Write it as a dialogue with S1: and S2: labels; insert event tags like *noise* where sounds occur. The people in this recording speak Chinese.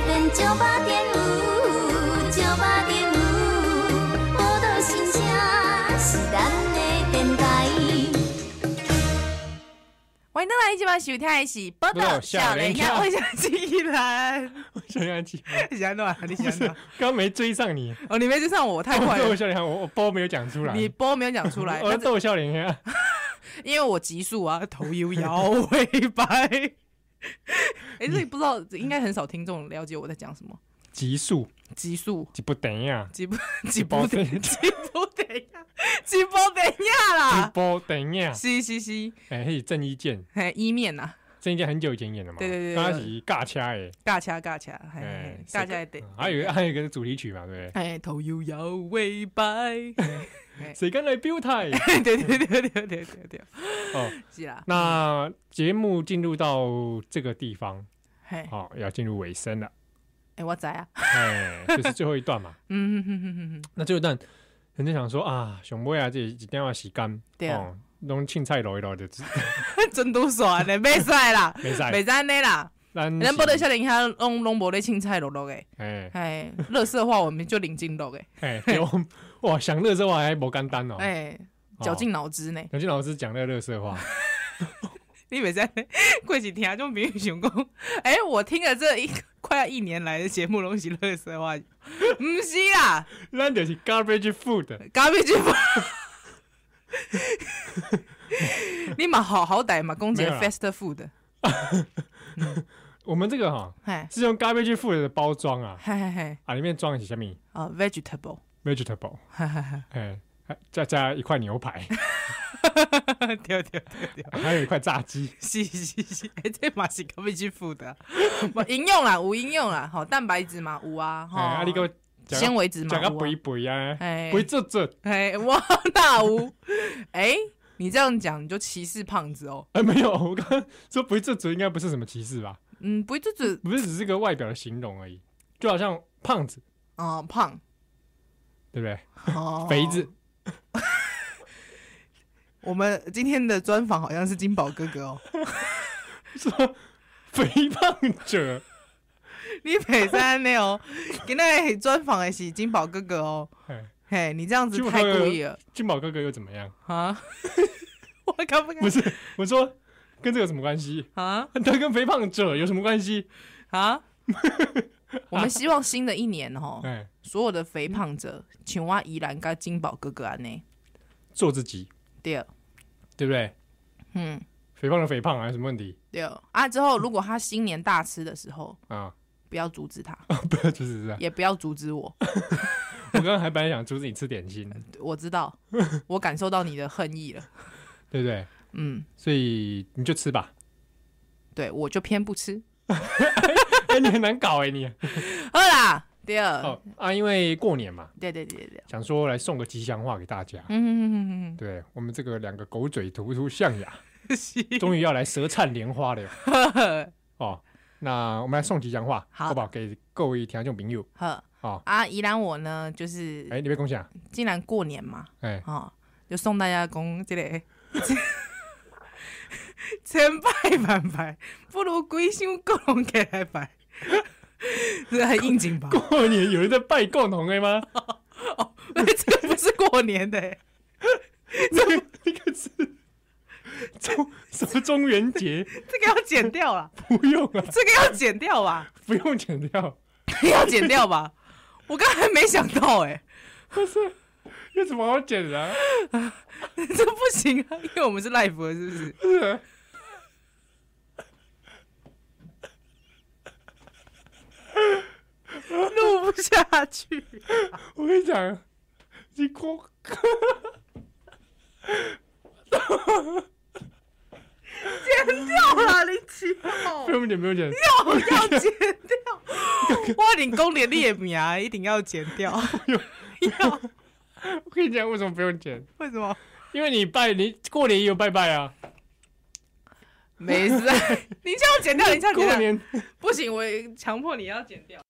S1: 巴电舞，石巴电舞，舞蹈新声是咱的电台。
S2: 欢迎回来，今晚收听的是《报道少年家》，我想起来，
S3: *laughs* 我想想啊起，
S2: 你想 *laughs* 哪？你想哪？
S3: 刚没追上你，
S2: 哦，你没追上我，我太快
S3: 逗
S2: 了。
S3: 笑脸，我我包没有讲出来，
S2: 你波没有讲出来，
S3: *laughs* 我
S2: 但是
S3: 逗笑脸啊，
S2: 因为我急速
S3: *laughs*
S2: 啊，头摇摇尾摆。哎，这里不知道，应该很少听众了解我在讲什么。
S3: 急速
S2: 急速，
S3: 急不啊等呀，
S2: 急不
S3: 急
S2: 不
S3: 等
S2: 等，
S3: 急
S2: 急不等呀，急不等呀啦！
S3: 不等呀，
S2: 是是是，
S3: 哎嘿，郑伊健，
S2: 嘿，一面啊呐，
S3: 郑伊健很久以前演的嘛，
S2: 对对对
S3: 他是尬掐哎，
S2: 尬掐尬掐，嘿
S3: 哎
S2: 嘿，尬掐也得。
S3: 还有一个还有一个主题曲嘛，对不对？
S2: 哎，头摇摇尾摆。
S3: 谁跟来 Beauty？
S2: *laughs* 对对对对对对对嗯对， *laughs*
S3: 哦，
S2: 是啦，
S3: 那节目进入到这个地方，
S2: 嘿，哎、
S3: 好、要进入尾声了，
S2: 我知啊， *laughs*
S3: 哎，这是最后一段嘛。
S2: 嗯哼哼哼哼哼，
S3: 那最后一段，人家想说啊，熊妹啊，这一定要洗干，
S2: 对啊
S3: 哦，弄青菜揉一
S2: *laughs*
S3: 揉就知
S2: 真都耍 *laughs* 嘞，袂使啦，
S3: 没晒。
S2: 袂使安尼啦，
S3: 咱
S2: 咱报
S3: 得
S2: 底少年遐拢拢无咧凊彩落落诶，
S3: 哎
S2: *laughs* 哎，乐色话我们就领进落诶，
S3: *laughs* 哎，对我们哇，想乐色话还不简单哦。
S2: 哎，
S3: 哦
S2: 绞尽脑汁呢， *laughs*
S3: 蒋劲老师讲那个乐色话，
S2: 你袂使咧，过去听种朋友想讲， *laughs* 哎，我听了这一快要一年来的节目拢是乐色 *laughs* 话，毋是啦。
S3: 咱就是 garbage food，
S2: garbage *laughs* 你嘛好好歹嘛，公
S3: 没
S2: 姐
S3: 有啦
S2: fast food，
S3: 我们这个哈、
S2: 嘿，
S3: 是用 garbage food 的包装啊，
S2: 嘿嘿嘿，
S3: 啊，里面装的是什么
S2: 啊，vegetable，
S3: *laughs* vegetable，
S2: 哈哈哈，
S3: 哎，还再加一块牛排， *laughs*
S2: 对对对对，
S3: 还有一块炸鸡。
S2: *laughs* 是是是，哎，这嘛是 garbage food 啊，不应用啦，无应用啦，好，蛋白质嘛有啊，
S3: 哎，啊，
S2: 哈
S3: 你，给我讲
S2: 纤维质嘛
S3: 讲个
S2: 有
S3: 肥
S2: 啊，
S3: 肥啊，
S2: 哎
S3: 肥这这，
S2: 哎，哇，那无，哎，你这样讲你就歧视胖子哦，
S3: 哎，没有，我刚刚说肥这这应该不是什么歧视吧？
S2: 嗯，不就只
S3: 不是只是个外表的形容而已，就好像胖子，
S2: 啊胖，
S3: 对不对？
S2: 哦
S3: *laughs* 肥子，
S2: 我们今天的专访好像是金宝哥哥哦， *laughs*
S3: 说 *laughs* 肥胖者，
S2: 你北山的哦，今天的专访的是金宝哥哥哦，
S3: 哎，
S2: 嘿，你这样子太故意了
S3: 俊宝哥哥又怎么样？
S2: 啊！ *laughs* 我敢不敢
S3: 不是， *laughs* 我说跟这有什么关系？ *laughs*
S2: 啊
S3: 他跟肥胖者有什么关系？ *laughs*
S2: 啊！我们希望新的一年哦，
S3: 哎，
S2: 所有的肥胖者，请挖宜兰跟金宝哥哥安呢，
S3: 做自己，
S2: 对，
S3: 对不对？
S2: 嗯，
S3: 肥胖的肥胖啊，有什么问题
S2: 对啊。之后如果他新年大吃的时候，
S3: 啊？ *laughs*
S2: 不要阻止他，
S3: 不要阻止这样。
S2: 也不要阻止我，
S3: 我刚刚还本来想阻止你吃点心，
S2: 我知道，我感受到你的恨意了，
S3: 对不对？
S2: 嗯，
S3: 所以你就吃吧。 *laughs*
S2: 对，我就偏不吃，
S3: 哎，你很难搞哎，你
S2: 好啦，对，
S3: 哦啊，因为过年嘛，
S2: 对对对对对，
S3: 想说来送个吉祥话给大家。
S2: 嗯。
S3: 对我们这个两个狗嘴吐出象牙，
S2: 是
S3: 终于要来舌灿莲花了哟 *laughs* 哦。那我们来送吉祥话，
S2: 好
S3: 好不好？给各位听众朋友
S2: 呵
S3: 哦。
S2: 啊，宜兰我呢，就是
S3: 哎，你别共享，
S2: 既然过年嘛，
S3: 哎，
S2: 哦，就送大家讲这个千拜万拜，不如归乡各龙给来拜， *laughs* 这很应景吧？
S3: 过年有人在拜共同的吗？
S2: *laughs* 这个不是过年的、欸，
S3: 那个那个是中什么中元节？
S2: 这个要剪掉啊，
S3: 不用啊，
S2: 这个要剪掉吧，
S3: 不用剪掉，
S2: 要剪掉吧。我刚才没想到、欸， *laughs*
S3: 有什么好剪的、啊？
S2: 哎，这不行啊，因为我们是 live 的是不是？
S3: 不是
S2: 录不下去。
S3: 我跟你讲，你哭。
S2: 剪掉了，林奇浩
S3: 不，用剪，不用剪，
S2: 我要剪掉。我领公连列名啊，一定要剪掉。 *laughs* 要
S3: 我跟你讲，为什么不用剪？
S2: 为什么？
S3: 因为你拜，你过年也有拜拜啊。
S2: *laughs* 没事，你这样剪掉，你这样
S3: 过
S2: 剪掉，
S3: 年
S2: 不行，我强迫你要剪掉。